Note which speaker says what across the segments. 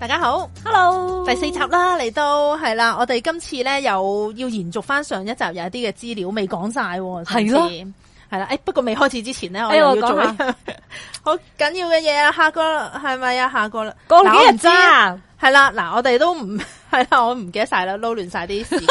Speaker 1: 大家好，
Speaker 2: Hello，
Speaker 1: 第四集啦，嚟到係啦，我哋今次咧又要延續翻上一集有一啲嘅資料未講晒喎，上次
Speaker 2: 係咯
Speaker 1: 係啦，誒不過未開始之前咧，我
Speaker 2: 哎
Speaker 1: 又
Speaker 2: 我
Speaker 1: 要做
Speaker 2: 講
Speaker 1: 一
Speaker 2: 下
Speaker 1: 樣 好緊要嘅嘢啊，下個係咪啊？下個啦，
Speaker 2: 過
Speaker 1: 嗱
Speaker 2: 幾日？
Speaker 1: 啊
Speaker 2: 咋？
Speaker 1: 係啦，嗱，我哋都唔 係啦，我唔記得晒啦，撈亂晒啲時間。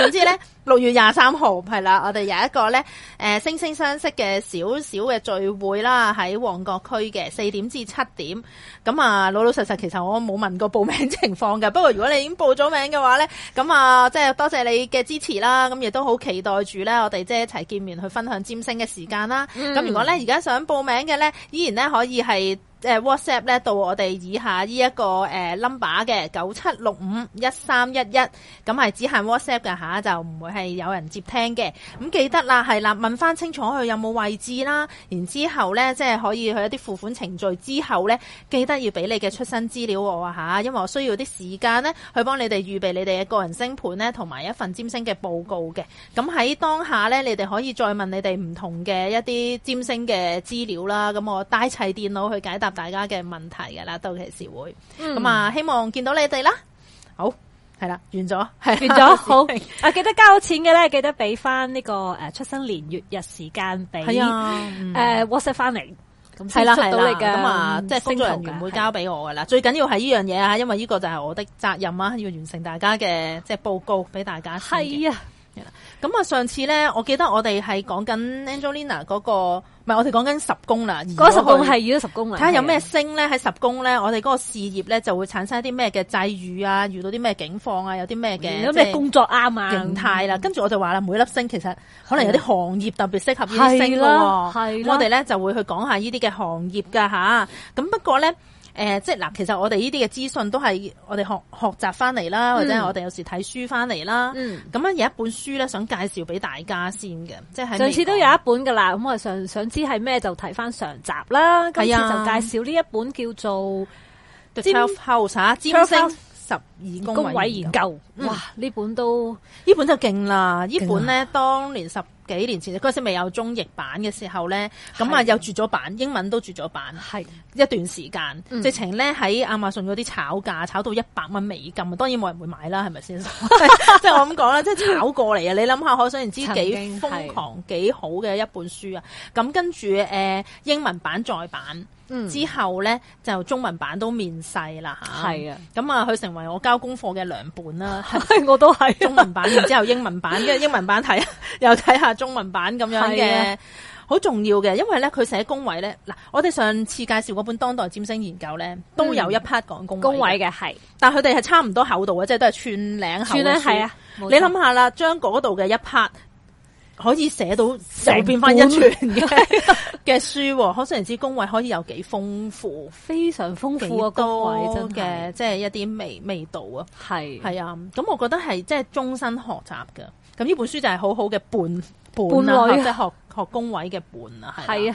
Speaker 1: 總之咧，六月廿三號係啦，我哋有一個咧，誒、惺惺相惜嘅小小嘅聚會啦，喺旺角區嘅四點至七點。咁啊，老老實實，其實我冇問過報名情況嘅。不過如果你已經報咗名嘅話咧，咁啊，即係多謝你嘅支持啦。咁亦都好期待住咧，我哋即係一齊見面去分享占星嘅時間啦。咁、如果咧而家想報名嘅咧，依然咧可以係。誒呃 WhatsApp 咧到我哋以下呢、一個誒 number 嘅九七六五一三一一，咁係只限 WhatsApp 嘅嚇，就唔會係有人接聽嘅。咁記得啦，係啦，問翻清楚佢有冇位置啦，然之後咧即係可以去一啲付款程序之後咧，記得要俾你嘅出生資料我啊嚇，因為我需要啲時間咧去幫你哋預備你哋嘅個人星盤咧，同埋一份占星嘅報告嘅。咁喺當下咧，你哋可以再問你哋唔同嘅一啲占星嘅資料啦。咁我帶齊電腦去解答大家嘅問題㗎啦，到期時會。咁啊、希望見到你哋啦。好，係啦，完咗，完
Speaker 2: 完 咗好啊！記得交錢嘅咧，記得俾翻呢個诶出生年月日時間俾
Speaker 1: 係啊，
Speaker 2: 诶 WhatsApp 翻嚟，咁
Speaker 1: 係
Speaker 2: 先
Speaker 1: 啦，
Speaker 2: 出
Speaker 1: 係
Speaker 2: 到
Speaker 1: 啦，
Speaker 2: 你嘅
Speaker 1: 咁啊，即係工作人員
Speaker 2: 員
Speaker 1: 會交俾我噶啦。最緊要係呢樣嘢啊，因為呢個就係我的責任啊，要完成大家嘅即係報告俾大家先嘅。
Speaker 2: 係啊，
Speaker 1: 咁啊，上次咧，我記得我哋係講緊 Angelina 嗰、個，唔係我哋講緊十宮啦，
Speaker 2: 嗰十公
Speaker 1: 移咗去
Speaker 2: 係要咗十公嚟，
Speaker 1: 睇下有咩星咧喺十宮咧，我哋嗰個事業咧就會產生一啲咩嘅際遇啊，遇到啲咩境況啊，有啲咩嘅
Speaker 2: 有
Speaker 1: 即
Speaker 2: 咩
Speaker 1: 係
Speaker 2: 工作啱啊？
Speaker 1: 形態啦。跟住我就話啦，每粒星其實可能有啲行業特別適合呢啲星
Speaker 2: 係
Speaker 1: 咯
Speaker 2: 啦
Speaker 1: 喎。
Speaker 2: 係
Speaker 1: 咁
Speaker 2: 啦
Speaker 1: 我哋咧就會去講下呢啲嘅行業噶吓。咁不過咧，誒、即係嗱，其實我哋呢啲嘅資訊都係我哋學學習翻嚟啦，或者係我哋有時睇書翻嚟啦。
Speaker 2: 嗯
Speaker 1: 咁樣有一本書咧，想介紹俾大家先嘅，即係喺
Speaker 2: 上次
Speaker 1: 美國
Speaker 2: 都有一本噶啦，咁我想想知係咩就睇翻上集啦。今次
Speaker 1: 係
Speaker 2: 就
Speaker 1: 啊
Speaker 2: 介紹呢一本叫做
Speaker 1: The
Speaker 2: 尖
Speaker 1: Twelve House 啊，占
Speaker 2: Twelve
Speaker 1: 星
Speaker 2: House
Speaker 1: 十二
Speaker 2: 工
Speaker 1: 宮
Speaker 2: 位
Speaker 1: 位
Speaker 2: 研
Speaker 1: 研
Speaker 2: 究
Speaker 1: 究。，
Speaker 2: 哇！呢本都
Speaker 1: 呢本就勁啦！呢
Speaker 2: 勁啊
Speaker 1: 本咧，當年十幾年前嗰陣時未有中譯版嘅時候咧，咁啊
Speaker 2: 係
Speaker 1: 又絕咗版，英文都絕咗版
Speaker 2: 係
Speaker 1: 一段時間，
Speaker 2: 嗯
Speaker 1: 直情咧喺亞馬遜嗰啲炒價炒到一百蚊美金啊！當然冇人會買啦，係咪 先？即係我咁講啦，即係炒過嚟啊！你諗下，可想而知
Speaker 2: 曾
Speaker 1: 幾
Speaker 2: 經
Speaker 1: 瘋狂、幾好嘅一本書啊！咁跟住誒、呃英文版再版。
Speaker 2: 嗯
Speaker 1: 之後咧就中文版都面世啦嚇，
Speaker 2: 係啊，
Speaker 1: 咁啊佢成為我交功課嘅良伴啦，
Speaker 2: 我都係
Speaker 1: 中文版，然之後英文版，跟住英文版睇， 又睇下中文版咁樣
Speaker 2: 係啊
Speaker 1: 嘅，好重要嘅，因為咧佢寫工位咧，嗱，我哋上次介紹嗰本《當代占星研究》咧，都有一 part 講工
Speaker 2: 工嗯位
Speaker 1: 嘅，
Speaker 2: 嘅係，
Speaker 1: 但佢哋係差唔多厚度嘅，即係都係串領厚
Speaker 2: 算
Speaker 1: 嘅
Speaker 2: 啦
Speaker 1: 書
Speaker 2: 係啊，
Speaker 1: 你
Speaker 2: 冇錯
Speaker 1: 諗下啦，將嗰度嘅一 part 可以寫到就變翻一
Speaker 2: 本
Speaker 1: 串嘅 嘅書喎，可想而知工位可以有幾豐富，
Speaker 2: 非常豐
Speaker 1: 幾
Speaker 2: 富嘅工位
Speaker 1: 多
Speaker 2: 真係
Speaker 1: 嘅即係一啲味味道啊！
Speaker 2: 係
Speaker 1: 係啊，咁我覺得係即係終身學習嘅。咁呢本書就係好好嘅伴伴
Speaker 2: 伴
Speaker 1: 啦，
Speaker 2: 侶
Speaker 1: 即係學學工位嘅伴啊，係
Speaker 2: 係
Speaker 1: 啊。
Speaker 2: 啊，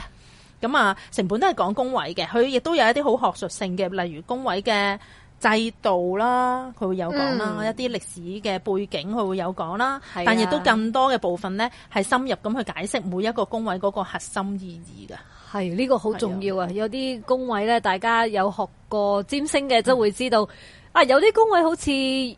Speaker 1: 咁啊，成本都係講工位嘅，佢亦都有一啲好學術性嘅，例如工位嘅制度啦，佢會有講啦，
Speaker 2: 嗯
Speaker 1: 一啲歷史嘅背景佢會有講啦，
Speaker 2: 係啊
Speaker 1: 但亦都更多嘅部分呢，係深入咁去解釋每一個工位嗰個核心意義嘅。
Speaker 2: 係呢個好重要啊！有啲工位咧，大家有學過占星嘅都會知道。啊，有啲工位好似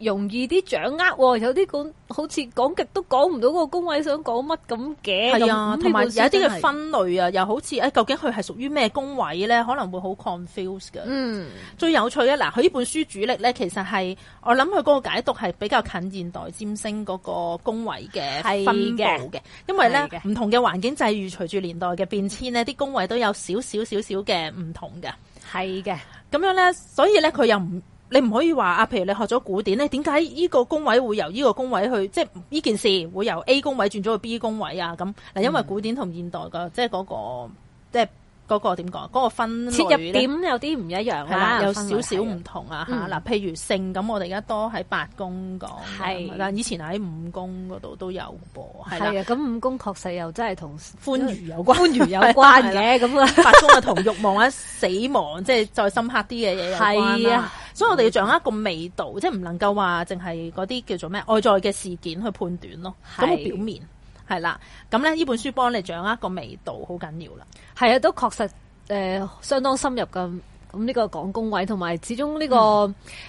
Speaker 2: 容易啲掌握喎，有啲講好似講極都講唔到個工位想講乜咁嘅。
Speaker 1: 係啊，
Speaker 2: 咁
Speaker 1: 同埋有一啲嘅，
Speaker 2: 咁呢本書真係
Speaker 1: 分類啊，又好似誒、究竟佢係屬於咩工位呢？可能會好 confuse 嘅。
Speaker 2: 嗯，
Speaker 1: 最有趣啊！嗱，佢呢本書主力咧，其實係我諗佢嗰個解讀係比較近現代占星嗰個工位嘅分
Speaker 2: 係嘅
Speaker 1: 佈嘅，因為咧
Speaker 2: 係嘅
Speaker 1: 唔同嘅環境際遇，隨住年代嘅變遷呢啲工位都有少少少少嘅唔同嘅。
Speaker 2: 係嘅，
Speaker 1: 咁樣咧，所以咧佢又唔，你唔可以話啊，譬如你學咗古典咧，點解呢個工位會由呢個工位去，即係嗯呢件事會
Speaker 2: 嗯
Speaker 1: 由 A 工位轉咗去 B 工位啊？咁嗱，因為古典同現代嘅即係嗰個即係嗰個點講，嗰個分
Speaker 2: 切入
Speaker 1: 類
Speaker 2: 點
Speaker 1: 咧
Speaker 2: 有啲唔一樣
Speaker 1: 係啦，
Speaker 2: 啦，
Speaker 1: 有
Speaker 2: 啊分
Speaker 1: 少
Speaker 2: 類
Speaker 1: 少
Speaker 2: 係
Speaker 1: 唔同啊嚇。
Speaker 2: 嗯
Speaker 1: 嗱，譬如性咁，我哋而家多喺八宮講，啊
Speaker 2: 係
Speaker 1: 但以前喺五宮嗰度都有噃，係啦
Speaker 2: 係。啊，咁五宮確實又真係同
Speaker 1: 歡愉有關，
Speaker 2: 歡愉有關嘅咁啊，
Speaker 1: 八宮啊同欲望啊、死亡，即係再深刻啲嘅嘢有關
Speaker 2: 係
Speaker 1: 啦
Speaker 2: 啊。
Speaker 1: 所以我哋要掌握個味道，即係唔能夠話淨係嗰啲叫做咩外在嘅事件去判斷咯，咁
Speaker 2: 係
Speaker 1: 好表面係啦。咁咧呢本書幫你掌握個味道好緊要啦。
Speaker 2: 係啊，都確實诶、呃相當深入噶。咁呢個講工位，同埋始終呢、個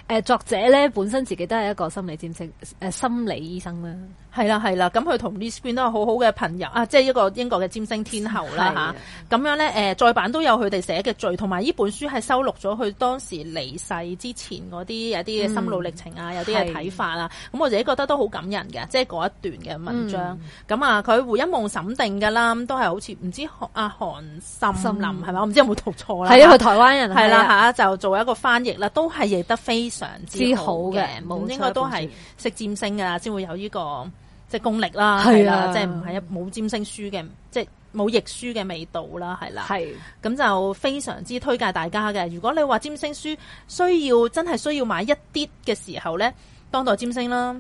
Speaker 2: 呃作者咧本身自己都係一個心理占星诶心理醫生啦，
Speaker 1: 係啦係啦，咁佢同 Liz Green 都係好好嘅朋友啊，即係一個英國嘅占星天后
Speaker 2: 係
Speaker 1: 啦
Speaker 2: 啊
Speaker 1: 吓，咁樣咧，诶、再版都有佢哋寫嘅序，同埋呢本書係收錄咗佢當時離世之前嗰啲有啲嘅心路歷程啊，
Speaker 2: 嗯
Speaker 1: 有啲嘅睇法啊，咁我自己覺得都好感人嘅，即係嗰一段嘅文
Speaker 2: 嗯
Speaker 1: 章。咁、啊，佢胡一夢審定㗎啦，咁都係好似唔知韓啊韓
Speaker 2: 心
Speaker 1: 岑林
Speaker 2: 林
Speaker 1: 係咪？我唔知有冇讀錯啦。
Speaker 2: 係啊，佢台灣人
Speaker 1: 係啦
Speaker 2: 係啊
Speaker 1: 吓，就做一個翻譯啦，都係譯得非常之
Speaker 2: 之好嘅冇
Speaker 1: 咁
Speaker 2: 錯
Speaker 1: 應該都係識占星噶啦，先會有呢、個即係功力啦，係
Speaker 2: 係啊
Speaker 1: 啦，即係唔係一冇占星書嘅，即係冇譯書嘅味道啦，係啦，
Speaker 2: 係啊
Speaker 1: 咁就非常之推介大家嘅。如果你話占星書需要真係需要買一啲嘅時候咧，當代占星啦，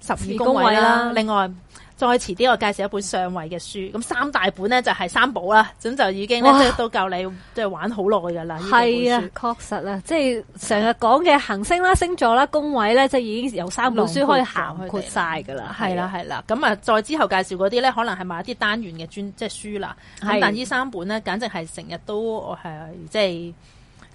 Speaker 1: 十二宮
Speaker 2: 宮
Speaker 1: 位
Speaker 2: 位
Speaker 1: 啦
Speaker 2: 啦，
Speaker 1: 另外。再遲啲，我介紹一本上位嘅書，咁三大本咧就係三寶啦，咁就已經咧
Speaker 2: 哇
Speaker 1: 即係都夠你即係玩好耐噶啦。呢幾本
Speaker 2: 係啊
Speaker 1: 書，
Speaker 2: 確實啊，即係成日講嘅行星啦、星座啦、工位咧，即係已經有三本書可以涵括晒㗎啦，
Speaker 1: 係啦，係啦，咁啊，再之後介紹嗰啲咧，可能係買一啲單元嘅專即係書啦。咁
Speaker 2: 係
Speaker 1: 但呢三本咧，簡直係成日都我係即係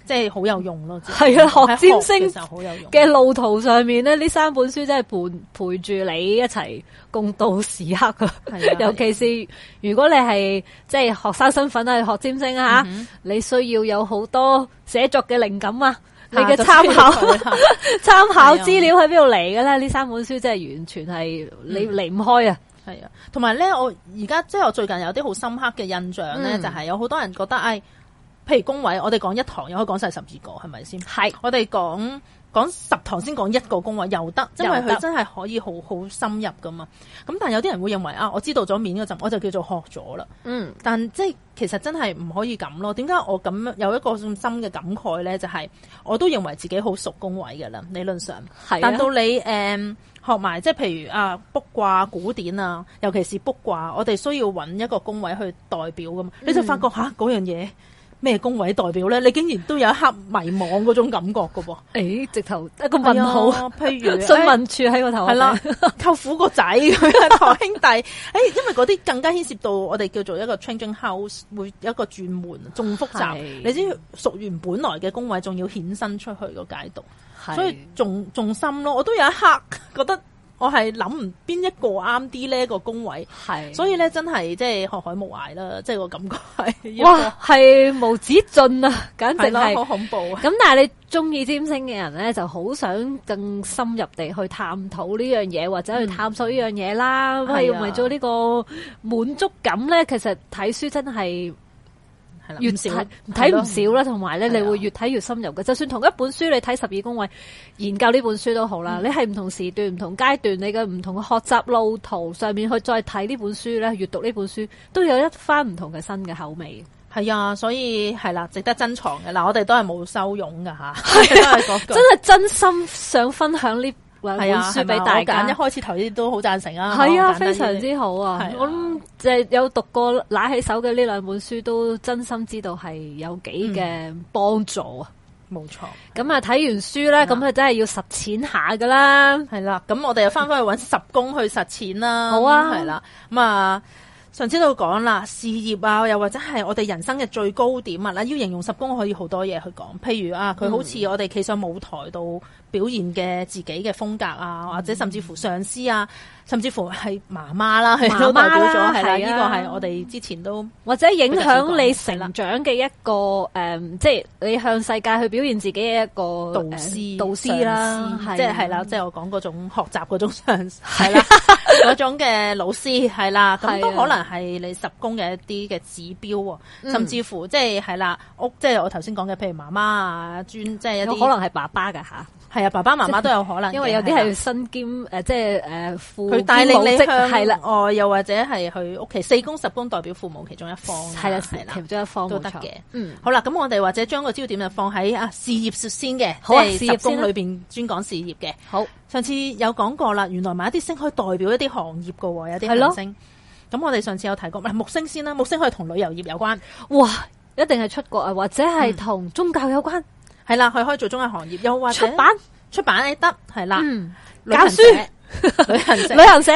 Speaker 1: 即係好有用咯。
Speaker 2: 係啊
Speaker 1: 喺
Speaker 2: 學占星
Speaker 1: 嘅時候好有用。
Speaker 2: 嘅路途上面咧，呢三本書真係伴陪住你一齊共度時刻啊！
Speaker 1: 係啊
Speaker 2: 尤其是如果你係即係學生身份去學占星啊，你需要有好多寫作嘅靈感啊！你嘅參考 參考資料喺邊度嚟嘅咧？呢三本書真係完全係你
Speaker 1: 嗯
Speaker 2: 離唔開啊！
Speaker 1: 係啊，同埋咧，我而家即係我最近有啲好深刻嘅印象咧，
Speaker 2: 嗯
Speaker 1: 就係有好多人覺得，唉，譬如工位，我哋講一堂又可以講晒十二個，係咪先？
Speaker 2: 係
Speaker 1: 我哋講講十堂先講一個工位又得，因為
Speaker 2: 又得
Speaker 1: 佢真係可以好好深入噶嘛。咁但係有啲人會認為啊，我知道咗面嗰陣，我就叫做學咗啦。
Speaker 2: 嗯，
Speaker 1: 但即係其實真係唔可以咁咯。點解我咁樣有一個咁深嘅感慨呢？就係、我都認為自己好熟工位嘅啦，理論上。
Speaker 2: 係
Speaker 1: 但到
Speaker 2: 啊，
Speaker 1: 你誒、嗯、學埋即係譬如啊卜卦、古典啊，尤其是卜卦，我哋需要揾一個工位去代表噶嘛，
Speaker 2: 嗯
Speaker 1: 你就發覺吓嗰、樣嘢。咩工位代表呢？你竟然都有一刻迷惘嗰種感覺噶噃，
Speaker 2: 誒，直頭一個 問號，
Speaker 1: 係啊譬如
Speaker 2: 詢問處喺個頭
Speaker 1: 係啦
Speaker 2: 頂，
Speaker 1: 舅父個仔佢 係堂兄弟，誒，因為嗰啲更加牽涉到我哋叫做一個 changing house，會有一個轉換，仲複雜。
Speaker 2: 係
Speaker 1: 你知屬原本來嘅工位，仲要衍生出去個解讀，
Speaker 2: 係
Speaker 1: 所以仲仲深咯。我都有一刻覺得我係諗唔邊一個啱啲呢個工位，
Speaker 2: 係
Speaker 1: 所以咧真係即係學海無涯啦，即係個感覺係
Speaker 2: 哇，係無止盡啊，簡直
Speaker 1: 係
Speaker 2: 係
Speaker 1: 咯，好恐怖啊！
Speaker 2: 咁但係你中意占星嘅人咧，就好想更深入地去探討呢樣嘢，或者去探索呢樣嘢啦。
Speaker 1: 嗯
Speaker 2: 咁係為咗呢個滿足感咧，其實睇書真係
Speaker 1: 係啦，
Speaker 2: 越
Speaker 1: 唔少
Speaker 2: 睇睇唔
Speaker 1: 係
Speaker 2: 少啦，同埋咧
Speaker 1: 係啊
Speaker 2: 你會越睇越深入嘅。就算同一本書，你睇十二宮位研究呢本書都好啦，你係唔同時段、唔同階段、你嘅唔同嘅學習路途上面去再睇呢本書咧，閱讀呢本書都有一番唔同嘅新嘅口味。
Speaker 1: 咯，係啊，所以係啦，值得珍藏嘅嗱，我哋都係冇收佣噶吓，都係嗰句
Speaker 2: 真 係真心想分享呢兩本
Speaker 1: 係啊，
Speaker 2: 書俾大
Speaker 1: 係咪我揀一
Speaker 2: 家。
Speaker 1: 開始頭啲都好贊成啊，
Speaker 2: 係啊，
Speaker 1: 我簡單啲
Speaker 2: 非常之好
Speaker 1: 係
Speaker 2: 啊
Speaker 1: 啊！
Speaker 2: 我諗即係有讀過揦起手嘅呢兩本書，都真心知道係有幾嘅
Speaker 1: 嗯
Speaker 2: 幫助啊！
Speaker 1: 冇錯，
Speaker 2: 咁啊，睇完書咧，咁啊真係要實踐下噶啦。
Speaker 1: 係啦。咁我哋又翻返去揾十工去實踐啦。
Speaker 2: 好啊
Speaker 1: 係啦。咁啊，上次都講啦，事業啊，又或者係我哋人生嘅最高點啊，嗱，要形容十工可以好多嘢去講。譬如啊，佢
Speaker 2: 嗯
Speaker 1: 好似我哋企上舞台度表現嘅自己嘅風格啊，或者甚至乎上司啊，甚至乎係媽媽啦，係都代
Speaker 2: 媽媽
Speaker 1: 表
Speaker 2: 啦
Speaker 1: 咗係啦。
Speaker 2: 係
Speaker 1: 呢
Speaker 2: 啊
Speaker 1: 個係我哋之前都
Speaker 2: 或者影響你成長嘅一個誒、嗯即係你向世界去表現自己嘅一個
Speaker 1: 導
Speaker 2: 誒
Speaker 1: 師、
Speaker 2: 呃導師啦
Speaker 1: 上，司
Speaker 2: 係啊
Speaker 1: 即係係啦，即係我講嗰種學習嗰種上司係啦，嗰種嘅老師係啦，咁都
Speaker 2: 係啊
Speaker 1: 可能係你十公嘅一啲嘅指標喎，
Speaker 2: 嗯
Speaker 1: 甚至乎即係係啦，屋即係我頭先講嘅，譬如媽媽啊，專即係一
Speaker 2: 有
Speaker 1: 啲
Speaker 2: 可能係爸爸㗎吓，
Speaker 1: 係啊，爸爸媽媽都有可能嘅，
Speaker 2: 因為有啲
Speaker 1: 係啦
Speaker 2: 係身兼誒即係誒父
Speaker 1: 佢帶領你向
Speaker 2: 係啦
Speaker 1: 外，又或者係佢屋企四公十公代表父母其中一方啊，
Speaker 2: 係啦
Speaker 1: 係啦
Speaker 2: 其。中一方
Speaker 1: 都得
Speaker 2: 冇錯
Speaker 1: 嘅
Speaker 2: 嗯。
Speaker 1: 好啦，咁我哋或者將個焦點就放喺啊事業說先嘅，
Speaker 2: 好啊
Speaker 1: 即
Speaker 2: 事
Speaker 1: 係
Speaker 2: 業
Speaker 1: 十
Speaker 2: 先
Speaker 1: 公
Speaker 2: 啦
Speaker 1: 裏邊專講事業嘅。
Speaker 2: 好，
Speaker 1: 上次有講過啦，原來買一啲星可以代表一啲行業噶喎，有
Speaker 2: 係
Speaker 1: 啲
Speaker 2: 咯
Speaker 1: 行星。咁我哋上次有提過，嗱木星先啦，木星可以同旅遊業有關，
Speaker 2: 哇，一定係出國啊，或者係同宗教有關，
Speaker 1: 係啦，佢可以做中介行業，又或者
Speaker 2: 出版，
Speaker 1: 出版亦得，係啦，
Speaker 2: 嗯，
Speaker 1: 旅行社、 旅行社、
Speaker 2: 旅行社，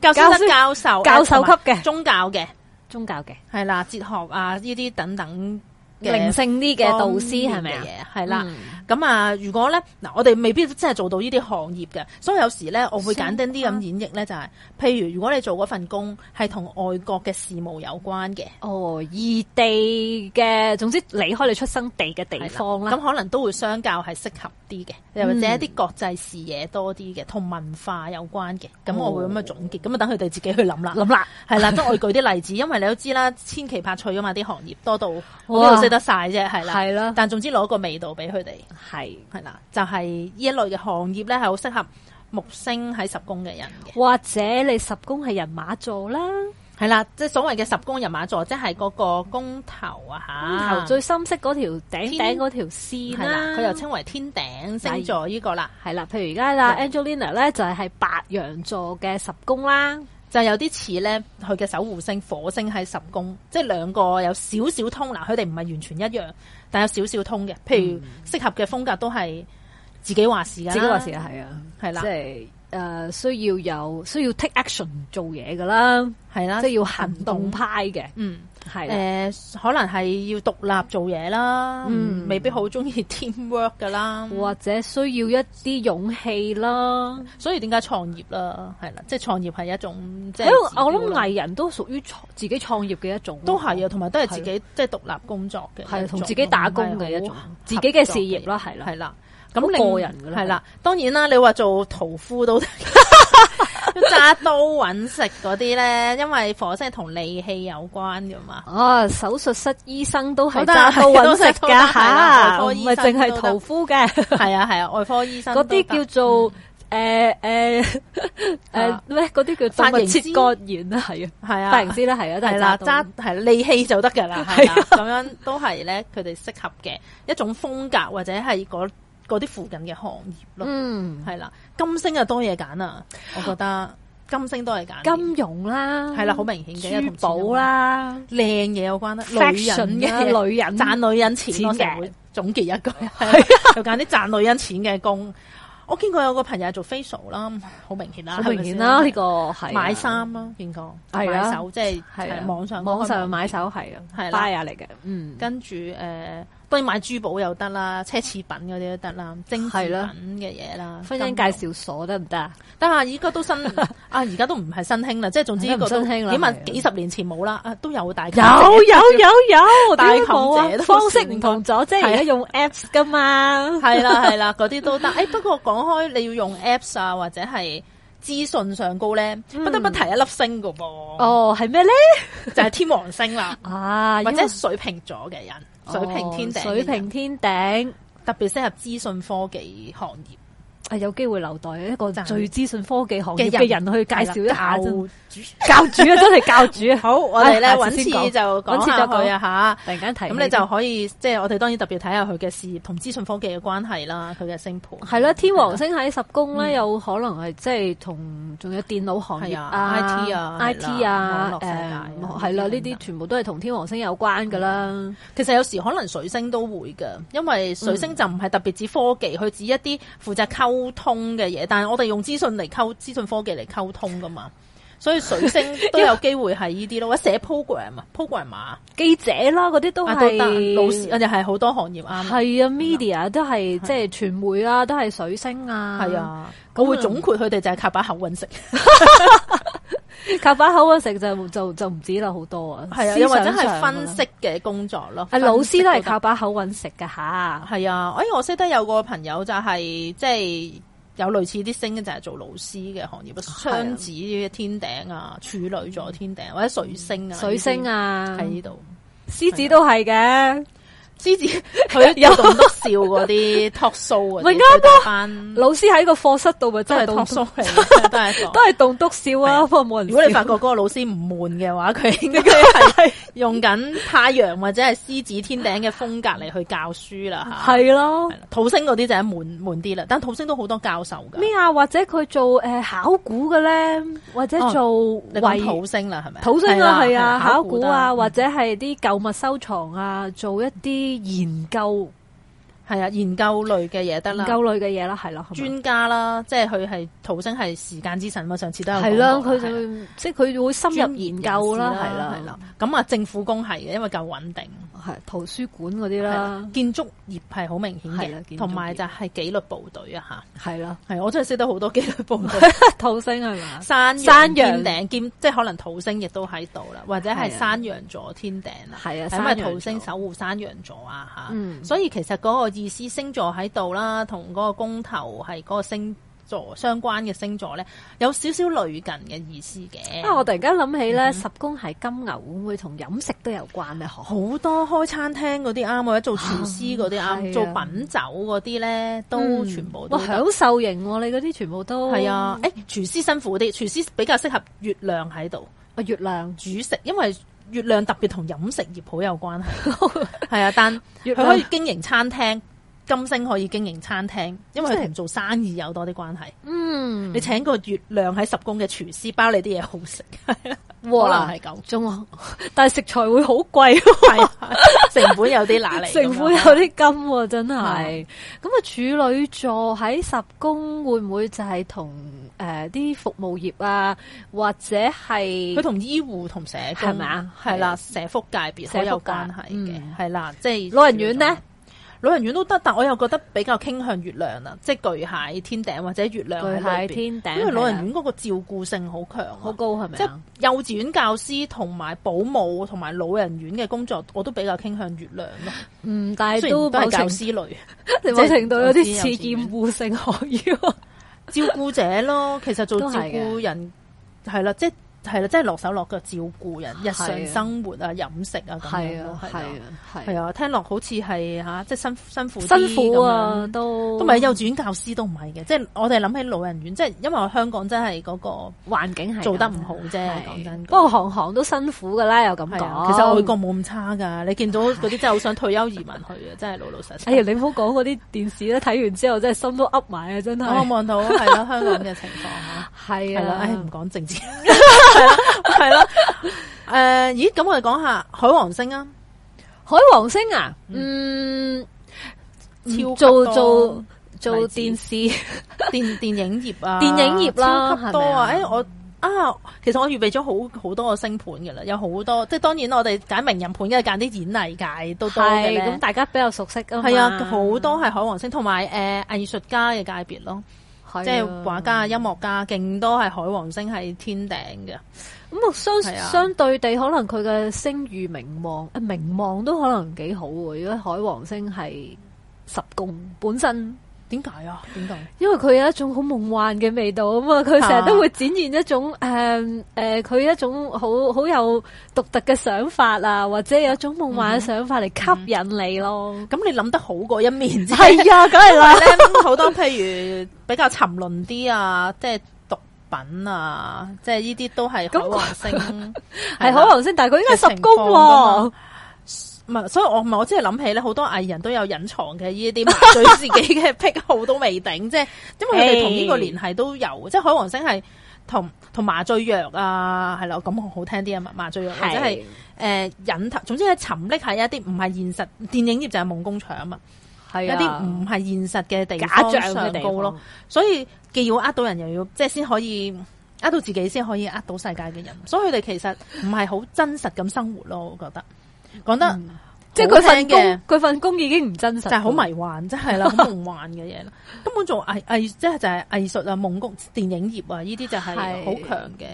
Speaker 1: 教教師
Speaker 2: 教
Speaker 1: 得
Speaker 2: 師
Speaker 1: 教授、
Speaker 2: 教授級嘅
Speaker 1: 宗教嘅，
Speaker 2: 宗教嘅，
Speaker 1: 係啦，哲學啊呢啲等等嘅
Speaker 2: 靈性啲嘅導師係
Speaker 1: 方
Speaker 2: 咪
Speaker 1: 面嘅
Speaker 2: 啊？
Speaker 1: 嘢？係啦。
Speaker 2: 嗯
Speaker 1: 咁啊，如果咧嗱，我哋未必真係做到呢啲行業嘅，所以有時咧，我會簡單啲
Speaker 2: 啊
Speaker 1: 咁演繹咧，就係、譬如如果你做嗰份工係同外國嘅事務有關嘅
Speaker 2: 哦，異地嘅，總之離開你出生地嘅地方
Speaker 1: 係
Speaker 2: 啦
Speaker 1: 咁，可能都會相較係適合啲嘅，又或者一啲國際視野多啲嘅，同文化有關嘅，咁我會咁樣總結，咁啊等佢哋自己去諗啦。
Speaker 2: 哦諗啦，
Speaker 1: 係啦，即係我舉啲例子，因為你都知啦，千奇百趣噶嘛，啲行業多到我
Speaker 2: 哇
Speaker 1: 邊度識得晒啫，係啦。
Speaker 2: 係啦
Speaker 1: 但總之攞個味道俾佢哋，
Speaker 2: 係。
Speaker 1: 係啦，就係呢一類嘅行業咧，係好適合木星喺十宮嘅人嘅。
Speaker 2: 或者你十宮係人馬座啦，
Speaker 1: 係啦，即係所謂嘅十宮人馬座，即係嗰個宮頭啊
Speaker 2: 頭
Speaker 1: 吓，
Speaker 2: 最深色嗰條頂
Speaker 1: 天
Speaker 2: 頂嗰條線
Speaker 1: 係啦，
Speaker 2: 啦，
Speaker 1: 佢又稱為天頂星座呢個啦，
Speaker 2: 係啦。譬如而家啦，Angelina 咧就係係白羊座嘅十宮啦，
Speaker 1: 就有啲似咧佢嘅守護星火星喺十宮，即係兩個有少少通嗱，佢哋唔係完全一樣，但有少少通嘅，譬如適合嘅風格都係自己話事噶，
Speaker 2: 嗯自己話事啊，係啊，
Speaker 1: 係啦
Speaker 2: 即係誒需要有需要 take action 做嘢噶啦，
Speaker 1: 係啦，
Speaker 2: 即係要行動，派嘅，
Speaker 1: 嗯。
Speaker 2: 係啦。
Speaker 1: 诶、可能係要獨立做嘢啦，
Speaker 2: 嗯
Speaker 1: 未必好中意 teamwork 噶啦，
Speaker 2: 或者需要一啲勇氣啦，
Speaker 1: 所以點解創業啦，係啦，即系创业系一種即
Speaker 2: 喺
Speaker 1: 係
Speaker 2: 度我
Speaker 1: 指標
Speaker 2: 諗
Speaker 1: 啦
Speaker 2: 藝人都屬於創自己創業嘅一種，
Speaker 1: 都係啊，同埋都係自己即係獨立工作嘅一種，
Speaker 2: 係啊同自己打工嘅一種
Speaker 1: 係好合
Speaker 2: 自己嘅事業啦係啦
Speaker 1: 系啦，
Speaker 2: 好
Speaker 1: 咁另
Speaker 2: 個人㗎啦
Speaker 1: 係啦，當然啦，你話做屠夫都 揸刀揾食嗰啲咧，因為火星同利器有關噶 嘛。
Speaker 2: 啊，手術室醫生都係
Speaker 1: 都得
Speaker 2: 揸刀揾食
Speaker 1: 都得
Speaker 2: 㗎
Speaker 1: 係啦外
Speaker 2: 吓，
Speaker 1: 科
Speaker 2: 唔
Speaker 1: 醫
Speaker 2: 係
Speaker 1: 生
Speaker 2: 淨
Speaker 1: 都得
Speaker 2: 係屠夫嘅，
Speaker 1: 係啊係啊，外科醫生
Speaker 2: 嗰啲叫做誒誒誒
Speaker 1: 啊
Speaker 2: 咩？嗰啲叫
Speaker 1: 髮
Speaker 2: 動物
Speaker 1: 型師
Speaker 2: 切割員啦，係啊，
Speaker 1: 系啊，
Speaker 2: 髮型師啦，係啊，都
Speaker 1: 係
Speaker 2: 係
Speaker 1: 啦，
Speaker 2: 揸
Speaker 1: 揸
Speaker 2: 刀。啊
Speaker 1: 係利器就得㗎 啦，係啦，咁樣都係咧，佢哋適合嘅一種風格或者係嗰嗰啲附近嘅行業咯，
Speaker 2: 嗯，
Speaker 1: 係啦，金星就多嘢揀啊，我覺得金星多嘢揀，
Speaker 2: 金融啦，
Speaker 1: 係啦，好明顯嘅，
Speaker 2: 珠寶，啦，
Speaker 1: 靚嘢有關啦，女
Speaker 2: Fashion
Speaker 1: 人嘅
Speaker 2: 啦女人
Speaker 1: 賺女人錢，
Speaker 2: 錢
Speaker 1: 我成
Speaker 2: 嘅啊
Speaker 1: 日會總結一 句，係就揀啲賺女人錢嘅工。我見過有個朋友係做 facial 啦，好明顯啦，
Speaker 2: 好
Speaker 1: 係咪
Speaker 2: 明顯
Speaker 1: 先
Speaker 2: 啦，呢個係啊
Speaker 1: 買衫啦，見過
Speaker 2: 係啊
Speaker 1: 買手即係
Speaker 2: 係啊
Speaker 1: 係網上
Speaker 2: 網上
Speaker 1: 買。
Speaker 2: 買手係啊，
Speaker 1: 係
Speaker 2: 係
Speaker 1: 啦
Speaker 2: buyer 嚟嘅，嗯，
Speaker 1: 跟住誒、呃，當然買珠寶又得啦，奢侈品嗰啲都得啦，精緻
Speaker 2: 係啦
Speaker 1: 品嘅嘢啦，
Speaker 2: 婚姻介紹所得唔得啊？
Speaker 1: 得啊！依家都 新啊，而家都唔係新興啦，即係總之呢個都
Speaker 2: 而家唔新興啦
Speaker 1: 起
Speaker 2: 係
Speaker 1: 碼
Speaker 2: 啊
Speaker 1: 幾十年前冇啦，啊都有大
Speaker 2: 有有有有，
Speaker 1: 大
Speaker 2: 大
Speaker 1: 琴姐
Speaker 2: 冇啊
Speaker 1: 都！
Speaker 2: 方式唔同咗，即係而
Speaker 1: 係啊
Speaker 2: 家用 apps 噶嘛，
Speaker 1: 係啦係啦，嗰啲 都得。誒、不過講開你要用 Apps 啊，或者係資訊上高咧，不得不提一粒星噶噃，
Speaker 2: 嗯哦，係咩咧？
Speaker 1: 就係天王星 啦，
Speaker 2: 啊，
Speaker 1: 或
Speaker 2: 因為
Speaker 1: 者水瓶座嘅人，水瓶天頂
Speaker 2: 哦
Speaker 1: 嘅人、
Speaker 2: 水瓶天頂
Speaker 1: 特別適合資訊科技行業。
Speaker 2: 啊，有機會留待一個
Speaker 1: 讚
Speaker 2: 最資訊科技行業
Speaker 1: 嘅
Speaker 2: 嘅
Speaker 1: 人
Speaker 2: 人去介紹一下
Speaker 1: 係啦
Speaker 2: 真
Speaker 1: 教
Speaker 2: 教主啊，真係教主啊！好，
Speaker 1: 我哋咧
Speaker 2: 下
Speaker 1: 揾
Speaker 2: 次
Speaker 1: 次
Speaker 2: 先講
Speaker 1: 就講
Speaker 2: 揾次
Speaker 1: 下
Speaker 2: 再
Speaker 1: 佢
Speaker 2: 講
Speaker 1: 啊嚇。
Speaker 2: 突然間提起
Speaker 1: 咁你就可以即係我哋當然特別睇下佢嘅事業同資訊科技嘅關係啦，佢嘅星盤
Speaker 2: 係啦，天王星喺十宮咧，有可能係即係同仲有電腦行業啊、
Speaker 1: 嗯係啊
Speaker 2: I
Speaker 1: IT 啊
Speaker 2: T 啊、
Speaker 1: 網絡世界啊
Speaker 2: 誒係啦，呢
Speaker 1: 等等
Speaker 2: 啲全部都係同天王星有關噶啦。
Speaker 1: 其實有時可能水星都會嘅，因為水星就唔係特別指科技，佢指一啲負責溝通嘅嘢，但係我哋用資訊嚟溝資訊科技嚟溝通噶嘛，所以水 星都有機會係呢啲咯，或者寫 program 啊，program 啊，
Speaker 2: 記者啦，嗰啲都
Speaker 1: 啊都
Speaker 2: 係
Speaker 1: 得，老師啊嗯又係好多行業啱，
Speaker 2: 係啊，media 都係即係傳媒啊，都係水星啊，
Speaker 1: 係，啊，我會總括佢哋就係靠把口揾食。
Speaker 2: 靠把口啊食就就就唔止啦，好多啊，
Speaker 1: 係啊，
Speaker 2: 思
Speaker 1: 又或者
Speaker 2: 想
Speaker 1: 係
Speaker 2: 上
Speaker 1: 分
Speaker 2: 啊。
Speaker 1: 析嘅工作咯。
Speaker 2: 啊，老師都
Speaker 1: 分
Speaker 2: 係
Speaker 1: 析嗰
Speaker 2: 靠把口揾食噶吓，
Speaker 1: 個係啊，哎，我識得有個朋友就係、即係。有類似啲星嘅就係做老師嘅行業，雙子天頂啊、處女座天頂或者水星啊、
Speaker 2: 嗯水星啊，
Speaker 1: 喺呢度。
Speaker 2: 獅子都係嘅。
Speaker 1: 獅子佢有棟篤笑嗰 啲 talk show 嗰
Speaker 2: 咪
Speaker 1: 啲，
Speaker 2: 啱
Speaker 1: 佢
Speaker 2: 咯
Speaker 1: 哋班
Speaker 2: 老師喺個課室度咪
Speaker 1: 都
Speaker 2: 真
Speaker 1: 係
Speaker 2: 係
Speaker 1: talk
Speaker 2: 棟
Speaker 1: show 嚟嘅，都係一個
Speaker 2: 都係棟篤笑啊，不過冇人笑。
Speaker 1: 如果你發覺嗰個老師唔悶嘅話，佢應該係用緊太陽或者係獅子天頂嘅風格嚟去教書啦吓。
Speaker 2: 係咯
Speaker 1: 係。啦土星嗰啲就係悶悶啲啦，但土星都好多教授噶。
Speaker 2: 咩啊？或者佢做诶、呃考古嘅咧，或者
Speaker 1: 哦
Speaker 2: 做
Speaker 1: 你
Speaker 2: 遺
Speaker 1: 講土星啦，係咪？
Speaker 2: 土星啊，係啊，考古啊，
Speaker 1: 或
Speaker 2: 或者係啲舊物收藏啊，做一啲研究
Speaker 1: 係啊，研究類嘅嘢得
Speaker 2: 研
Speaker 1: 啦。
Speaker 2: 究類嘅嘢啦，係啦，係咪
Speaker 1: 專家啦，即係佢係土星係時間之神嘛，上次都有講過
Speaker 2: 係
Speaker 1: 啦。
Speaker 2: 啦，佢
Speaker 1: 係啊
Speaker 2: 就即係佢會深入研究啦，係啦，
Speaker 1: 係
Speaker 2: 係啦
Speaker 1: 啦，。咁啊，政府工係嘅，因為夠穩定。
Speaker 2: 係圖書館嗰啲
Speaker 1: 係啦
Speaker 2: 啦，
Speaker 1: 建築業係好明顯
Speaker 2: 啊係啦建築
Speaker 1: 嘅，
Speaker 2: 業
Speaker 1: 同埋就係紀律部隊啊
Speaker 2: 係啦，
Speaker 1: 吓，係我真係識得好多紀律部隊。
Speaker 2: 土星係啊嘛？
Speaker 1: 山
Speaker 2: 山羊
Speaker 1: 羊天頂兼，即係可能土星亦都喺度啦，或者係
Speaker 2: 係啊
Speaker 1: 山羊座天頂啦，
Speaker 2: 係啊
Speaker 1: 係因
Speaker 2: 山
Speaker 1: 為
Speaker 2: 羊座
Speaker 1: 土星守護山羊座啊吓，
Speaker 2: 嗯
Speaker 1: 所以其實嗰個意思星座喺度啦，同嗰個公頭係嗰個星座相關嘅星座咧，有少少類近嘅意思嘅。
Speaker 2: 啊！我突然間諗起咧，十宮係金牛，會唔會同飲食都有關咧？
Speaker 1: 好多開餐廳嗰啲啱，或者做廚師嗰啲啱，
Speaker 2: 啊係啊
Speaker 1: 做品酒嗰啲咧都
Speaker 2: 嗯
Speaker 1: 全部都得
Speaker 2: 哇，享受型喎！你嗰啲全部都
Speaker 1: 係啊，誒、廚師辛苦啲，廚師比較適合月亮喺度
Speaker 2: 啊月亮
Speaker 1: 煮食，因為月亮特別同飲食業好有關 係。係啊，但
Speaker 2: 月
Speaker 1: 佢
Speaker 2: 亮
Speaker 1: 可以經營餐廳，金星可以經營餐廳，因為
Speaker 2: 即
Speaker 1: 佢
Speaker 2: 係
Speaker 1: 同做生意有多啲關係。
Speaker 2: 嗯，
Speaker 1: 你請個月亮喺十宮嘅廚師包你啲嘢好 食，可能
Speaker 2: 哇
Speaker 1: 係咁，
Speaker 2: 仲， 但係食材會好貴喎。
Speaker 1: 係啊成本有啲拿嚟咁樣，
Speaker 2: 城府有啲金喎，真係。咁啊，處女座喺十宮會唔會就係同誒啲服務業啊，或者係
Speaker 1: 佢同醫護同社工
Speaker 2: 係咪啊
Speaker 1: 係啦，社福界別好有關係
Speaker 2: 社福界
Speaker 1: 嘅
Speaker 2: 嗯，
Speaker 1: 係啦，即係
Speaker 2: 老人院呢？
Speaker 1: 老人院都得，但我又覺得比較傾向月亮啦，即係巨蟹天頂或者月亮喺
Speaker 2: 巨
Speaker 1: 裏
Speaker 2: 蟹
Speaker 1: 邊，
Speaker 2: 天啊頂？
Speaker 1: 因為老人
Speaker 2: 係啦
Speaker 1: 院嗰個照顧性好強啊，
Speaker 2: 好高係咪
Speaker 1: 即係
Speaker 2: 啊？
Speaker 1: 幼稚園教師同埋保姆同埋老人院嘅工作，我都比較傾向月亮咯。
Speaker 2: 嗯，但係
Speaker 1: 雖然
Speaker 2: 都
Speaker 1: 都
Speaker 2: 某
Speaker 1: 係教
Speaker 2: 程
Speaker 1: 師類
Speaker 2: 某程度有啲
Speaker 1: 即係
Speaker 2: 似厭惡性學業。
Speaker 1: 照顧者 咯，其實做
Speaker 2: 都
Speaker 1: 照
Speaker 2: 係嘅
Speaker 1: 顧人係啦，即係係啦，即係落手落腳照顧人日常生活啊、飲食啊咁
Speaker 2: 係
Speaker 1: 樣咯
Speaker 2: 啊，，係
Speaker 1: 啦
Speaker 2: 啊，係
Speaker 1: 係
Speaker 2: 啊，
Speaker 1: 啊，聽落好似係嚇，即係辛辛苦啲
Speaker 2: 辛苦啊
Speaker 1: 咁，樣。
Speaker 2: 都
Speaker 1: 都唔係幼稚園教師都唔係嘅，即係我哋諗起老人院，即係因為我香港真係嗰個
Speaker 2: 環境係
Speaker 1: 做得
Speaker 2: 咁
Speaker 1: 唔好啫
Speaker 2: 係
Speaker 1: 講真
Speaker 2: 不過行行都辛苦噶啦，又咁
Speaker 1: 係
Speaker 2: 講。
Speaker 1: 啊，其實外國冇咁差㗎。你見到嗰啲真係好想退休移民去啊，真係老老實實。
Speaker 2: 哎呀，你唔好講嗰啲電視咧，睇完之後真係心都噏埋啊！真係。
Speaker 1: 我望到係啦，香港嘅情況 啊，
Speaker 2: 係
Speaker 1: 係啦，唉，唔
Speaker 2: 啊，
Speaker 1: 講政治，係啦，係啦。誒，咦？咁我哋講下海王星啊，
Speaker 2: 海王星啊，嗯，
Speaker 1: 超級多
Speaker 2: 做做
Speaker 1: 例
Speaker 2: 做
Speaker 1: 子
Speaker 2: 電視，
Speaker 1: 電電影業啊，
Speaker 2: 電影業啦
Speaker 1: 超級多啊！
Speaker 2: 係咪
Speaker 1: 誒，我啊，其實我預備咗好好多個星盤嘅啦，有好多，即係當然我哋揀名人盤，梗係揀啲演藝界都多嘅
Speaker 2: 係
Speaker 1: 咧
Speaker 2: 咁大家比較熟悉啊嘛，
Speaker 1: 係啊，好多係海王星，同埋誒藝術家嘅界別咯。
Speaker 2: 係啊
Speaker 1: 即係畫家、音樂家，勁多係海王星係天頂嘅，
Speaker 2: 咁我相
Speaker 1: 係啊
Speaker 2: 相對地，可能佢嘅聲譽名望，啊名望都可能幾好喎。如果海王星係十宮本身。
Speaker 1: 點解啊？點解？
Speaker 2: 因為佢有一種好夢幻嘅味道啊嘛，佢成日都會展現一種誒誒，佢、一種好好有獨特嘅想法啊，或者有一種夢幻嘅想法嚟吸引你咯。
Speaker 1: 咁你諗得好過一面啫。
Speaker 2: 係啊，梗係啦，
Speaker 1: 但係咧，好多譬如比較沉淪啲啊，即係毒品啊，即係呢啲都係海王星，
Speaker 2: 係海
Speaker 1: 啦
Speaker 2: 王星，但係佢應該十宮
Speaker 1: 嘅情況㗎
Speaker 2: 喎
Speaker 1: 嘛，唔係，所以我唔係我真係諗起咧，好多藝人都有隱藏嘅呢 啲麻醉自己嘅癖好都未定，即係因為佢哋同呢個聯繫都有， 即係海王星係同同麻醉藥啊，係啦，咁好聽啲啊嘛，麻醉藥或者係。誒、引頭，總之係沉溺喺一啲唔係現實電影業就係夢工場啊嘛，
Speaker 2: 係
Speaker 1: 一啲唔係現實嘅地
Speaker 2: 哎假
Speaker 1: 方
Speaker 2: 象
Speaker 1: 上
Speaker 2: 嘅地
Speaker 1: 高
Speaker 2: 方
Speaker 1: 咯，，所以既要呃到人，又要即係先可以呃到自己，先可以呃到世界嘅人，所以佢哋其實唔係好真實咁生活咯，我覺得講得
Speaker 2: 嗯即係佢
Speaker 1: 好聽嘅
Speaker 2: 份工，佢份工已經唔真實，
Speaker 1: 就係好。迷幻，即係啦，好夢幻嘅 嘢啦。根本做藝藝，即係就係藝術啊、夢工、電影業啊，呢啲就係
Speaker 2: 係
Speaker 1: 好強嘅，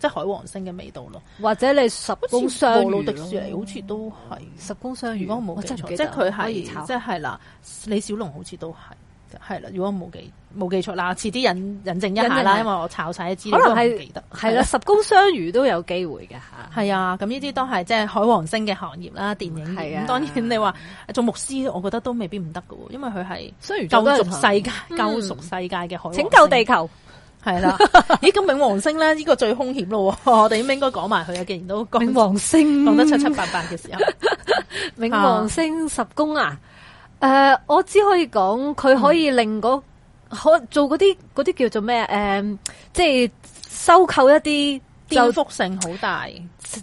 Speaker 1: 即係海王星嘅味道咯。
Speaker 2: 或者你十
Speaker 1: 好
Speaker 2: 宮
Speaker 1: 似
Speaker 2: 相
Speaker 1: 俄
Speaker 2: 遇
Speaker 1: 魯迪士尼
Speaker 2: 咯
Speaker 1: 好似都係。
Speaker 2: 十宮相
Speaker 1: 如
Speaker 2: 遇，
Speaker 1: 果我冇
Speaker 2: 我
Speaker 1: 記
Speaker 2: 真係唔
Speaker 1: 錯，
Speaker 2: 記
Speaker 1: 即
Speaker 2: 得
Speaker 1: 係佢
Speaker 2: 可
Speaker 1: 係
Speaker 2: 以查
Speaker 1: 即係啦，李小龍好似都係，係啦，如果冇記冇記錯啦，遲啲引引證一下
Speaker 2: 引證
Speaker 1: 啦，
Speaker 2: 下
Speaker 1: 因為我炒晒啲資料
Speaker 2: 可
Speaker 1: 都
Speaker 2: 能
Speaker 1: 唔
Speaker 2: 係
Speaker 1: 記得。啊
Speaker 2: 係啦，十工雙魚都有機會嘅吓。
Speaker 1: 係啊，咁呢啲都係即係海王星嘅行業啦，電影
Speaker 2: 係
Speaker 1: 業。
Speaker 2: 啊
Speaker 1: 咁當然你話做牧師，我覺得都未必唔得㗎喎，因為佢 係
Speaker 2: 雙魚
Speaker 1: 救
Speaker 2: 座都係
Speaker 1: 贖世界、
Speaker 2: 嗯
Speaker 1: 救贖世界嘅海王星。
Speaker 2: 拯救地球，
Speaker 1: 系 啦，咦咁冥王星咧呢、個个最凶險咯喎，我哋應唔應該講埋佢啊？既然都講
Speaker 2: 冥王星
Speaker 1: 講得七七八八嘅時候，
Speaker 2: 冥王星十宮啊！诶、我只可以講佢可以令嗰、可做嗰啲嗰啲叫做咩诶、誒即係收購一啲
Speaker 1: 顛
Speaker 2: 就
Speaker 1: 覆性好大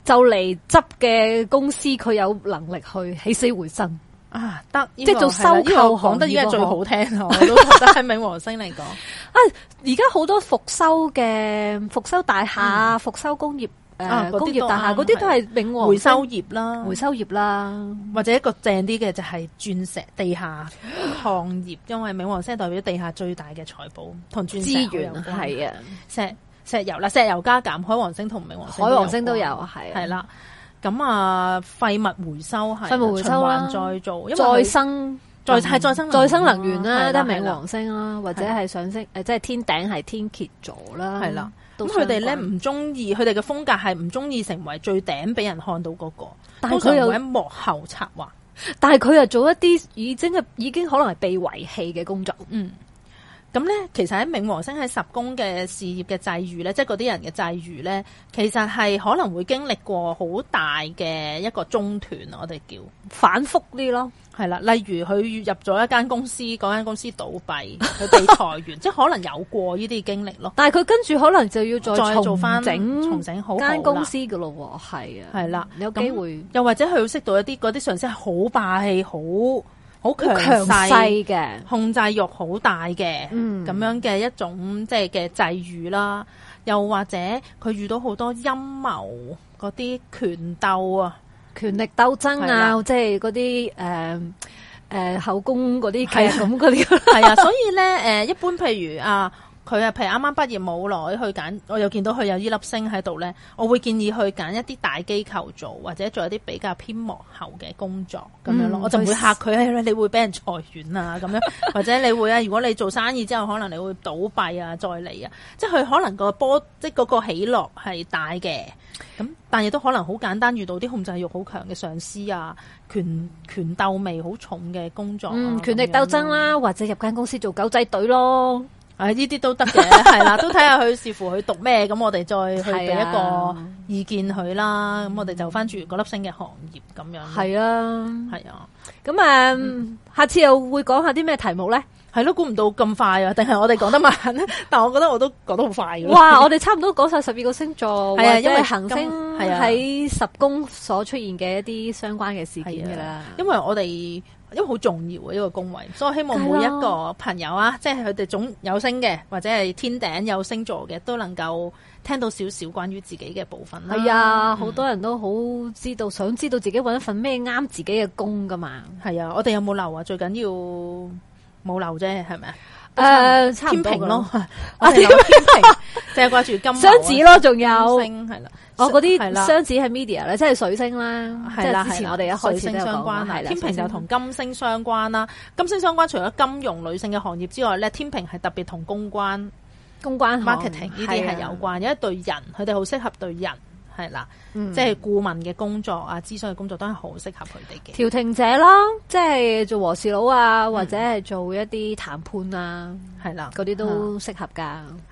Speaker 2: 就嚟執嘅公司，佢有能力去起死回生。
Speaker 1: 啊！得呢
Speaker 2: 即係
Speaker 1: 個
Speaker 2: 做
Speaker 1: 係啦
Speaker 2: 收
Speaker 1: 呢個
Speaker 2: 購
Speaker 1: 講得已經係
Speaker 2: 行業
Speaker 1: 最
Speaker 2: 喎
Speaker 1: 好聽 啦，我都覺得喺冥王星嚟講，
Speaker 2: 啊！而家好多復修嘅復修大廈啊、復修工業诶、
Speaker 1: 嗯啊嗰啲都
Speaker 2: 工業大
Speaker 1: 啱
Speaker 2: 廈嗰啲都係冥王
Speaker 1: 回
Speaker 2: 星
Speaker 1: 收業啦，
Speaker 2: 回收業啦。
Speaker 1: 或者一個正啲嘅就係鑽石地下礦業，因為冥王星代表地下最大嘅財寶同鑽石
Speaker 2: 資
Speaker 1: 好有
Speaker 2: 源
Speaker 1: 關
Speaker 2: 係啊，
Speaker 1: 石石油啦，石油加減海王星同冥王星
Speaker 2: 海王星都有
Speaker 1: 關
Speaker 2: 係
Speaker 1: 系
Speaker 2: 啊，
Speaker 1: 啦。咁啊，廢物回收係
Speaker 2: 廢物回收啦
Speaker 1: 循環再做，因為
Speaker 2: 再
Speaker 1: 佢
Speaker 2: 生嗯
Speaker 1: 再係再生
Speaker 2: 再生能源啦，
Speaker 1: 都
Speaker 2: 都
Speaker 1: 係
Speaker 2: 係冥王星啦，或者係上升誒，即係天頂係天蝎座啦，
Speaker 1: 係啦。
Speaker 2: 都
Speaker 1: 咁
Speaker 2: 相
Speaker 1: 佢
Speaker 2: 關。
Speaker 1: 哋咧唔中意，佢哋嘅風格係唔中意成為最頂俾人看到嗰、個，
Speaker 2: 但
Speaker 1: 通
Speaker 2: 係佢
Speaker 1: 常
Speaker 2: 又
Speaker 1: 會喺幕後策劃。
Speaker 2: 但係佢又做一啲已經係已經可能係被遺棄嘅工作，
Speaker 1: 嗯，咁咧其實喺冥王星喺十宮嘅事業嘅際遇咧，即係嗰啲人嘅際遇咧，其實係可能會經歷過好大嘅一個中斷，我哋叫。
Speaker 2: 反覆啲咯。
Speaker 1: 係啦，例如佢入咗一間公司，嗰間公司倒閉，佢被裁 員，即係可能有過呢啲經歷咯。
Speaker 2: 但係佢跟住可能就要再
Speaker 1: 再
Speaker 2: 重
Speaker 1: 做返
Speaker 2: 整
Speaker 1: 重整好好啦
Speaker 2: 間公司嘅咯喎，係啊，
Speaker 1: 係啦
Speaker 2: 有
Speaker 1: 咁
Speaker 2: 機會
Speaker 1: 又或者佢識到一啲嗰啲上司係好霸氣、好好強
Speaker 2: 強
Speaker 1: 勢、
Speaker 2: 勢嘅，
Speaker 1: 控制欲好大嘅，咁、
Speaker 2: 嗯
Speaker 1: 樣嘅一種即係嘅際遇啦。又或者佢遇到好多陰謀嗰啲權鬥啊，
Speaker 2: 權力鬥爭
Speaker 1: 係
Speaker 2: 啊，
Speaker 1: 啦
Speaker 2: 即係嗰啲誒誒後宮嗰啲劇咁嗰啲。
Speaker 1: 係啊，所以咧誒、一般譬如啊。佢啊，譬如啱啱畢業冇耐，去揀，我又見到佢有呢粒星喺度咧，我會建議去揀一啲大機構做，或者做一啲比較偏幕後嘅工作咁樣咯。
Speaker 2: 嗯
Speaker 1: 我就唔會
Speaker 2: 佢
Speaker 1: 嚇佢， 哎你會俾人裁員啊咁樣，或者你會啊，如果你做生意之後，可能你會倒閉啊、再嚟啊，即係佢可能個波，即係嗰個起落係大嘅。咁但亦都可能好簡單遇到啲控制欲好強嘅上司啊，權權鬥味好重嘅工作啊、
Speaker 2: 嗯，權力
Speaker 1: 咁樣咯
Speaker 2: 鬥爭啦，或者入間公司做狗仔隊咯，
Speaker 1: 唉，呢啲都得 嘅，係啦，都睇下佢視乎佢讀咩，咁我哋再去俾
Speaker 2: 係
Speaker 1: 一個
Speaker 2: 啊
Speaker 1: 意見佢啦。咁我哋就翻住嗰粒星嘅行業咁樣。
Speaker 2: 係啊。
Speaker 1: 係啊，
Speaker 2: 咁啊，下次又會講下啲咩題目咧？
Speaker 1: 係咯，估唔到咁快啊！定係我哋講得 慢咧？但我覺得我都講得好快嘅。
Speaker 2: 哇！我哋差唔多講晒十二個星座，
Speaker 1: 係啊
Speaker 2: 或者
Speaker 1: 因為
Speaker 2: 行
Speaker 1: 今
Speaker 2: 星
Speaker 1: 係啊
Speaker 2: 喺十宮所出現嘅一啲相關嘅事件
Speaker 1: 係啊
Speaker 2: 噶啦，。
Speaker 1: 因為我哋因為好重要嘅呢個工位，所以我希望
Speaker 2: 梗係啦
Speaker 1: 每一個朋友啊，即係佢哋總有星嘅，或者係天頂有星座嘅，都能夠聽到少少關於自己嘅部分啦。
Speaker 2: 係啊，好
Speaker 1: 嗯
Speaker 2: 多人都好知道，想知道自己揾一份咩啱自己嘅工噶嘛。
Speaker 1: 係啊，我哋有冇漏啊？最緊要冇漏啫，係咪啊？
Speaker 2: 誒，差唔
Speaker 1: 天
Speaker 2: 多
Speaker 1: 平
Speaker 2: 㗎
Speaker 1: 咯
Speaker 2: 啦，，
Speaker 1: 我哋諗 天平，就係掛住金
Speaker 2: 雙子咯，仲
Speaker 1: 牛啊，
Speaker 2: 有
Speaker 1: 金星係啦，
Speaker 2: 哦
Speaker 1: 係
Speaker 2: 嗰啲
Speaker 1: 啦
Speaker 2: 雙子係 media 咧，即係水星啦，即
Speaker 1: 係啦，
Speaker 2: 係之前我哋一
Speaker 1: 係啦
Speaker 2: 開始
Speaker 1: 水星
Speaker 2: 都有
Speaker 1: 相
Speaker 2: 講
Speaker 1: 關
Speaker 2: 過，係
Speaker 1: 啦，
Speaker 2: 啦
Speaker 1: 天平就
Speaker 2: 水星
Speaker 1: 同金星相關啦。金星相關除咗金融女性嘅行業之外咧，天平係特別同公關、
Speaker 2: 公關行
Speaker 1: marketing 呢啲係有
Speaker 2: 哦啊
Speaker 1: 關，因為對人佢哋好適合對人係啦，
Speaker 2: 嗯
Speaker 1: 即係顧問嘅工作啊、諮詢嘅工作都係好適合佢哋嘅。
Speaker 2: 調停者啦，即係做和事佬啊，
Speaker 1: 嗯
Speaker 2: 或者係做一啲談判啊，
Speaker 1: 係啦，啊
Speaker 2: 嗰啲都適合噶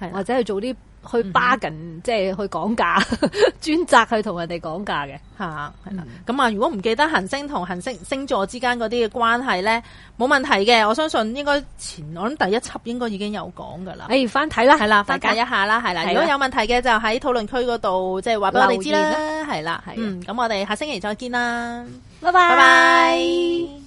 Speaker 1: 係，嗯
Speaker 2: 或者係做啲去 bargain，即係去講價， 專責去同人哋講價嘅。
Speaker 1: 吓係
Speaker 2: 嗯
Speaker 1: 啦。咁啊，如果唔記得行星同行星星座之間嗰啲嘅關係咧，冇問題嘅。我相信應該前我諗第一輯應該已經有講㗎啦。
Speaker 2: 誒，翻睇啦，
Speaker 1: 系啦，
Speaker 2: 哎大
Speaker 1: 翻
Speaker 2: 家
Speaker 1: 睇一下啦，系啦。
Speaker 2: 係啦
Speaker 1: 如果有問題嘅就喺討論區嗰度，即係話俾我哋知
Speaker 2: 留
Speaker 1: 啦，係啦
Speaker 2: 係啊。
Speaker 1: 嗯，咁我哋下星期再見啦，
Speaker 2: 拜
Speaker 1: 拜
Speaker 2: 拜
Speaker 1: 拜。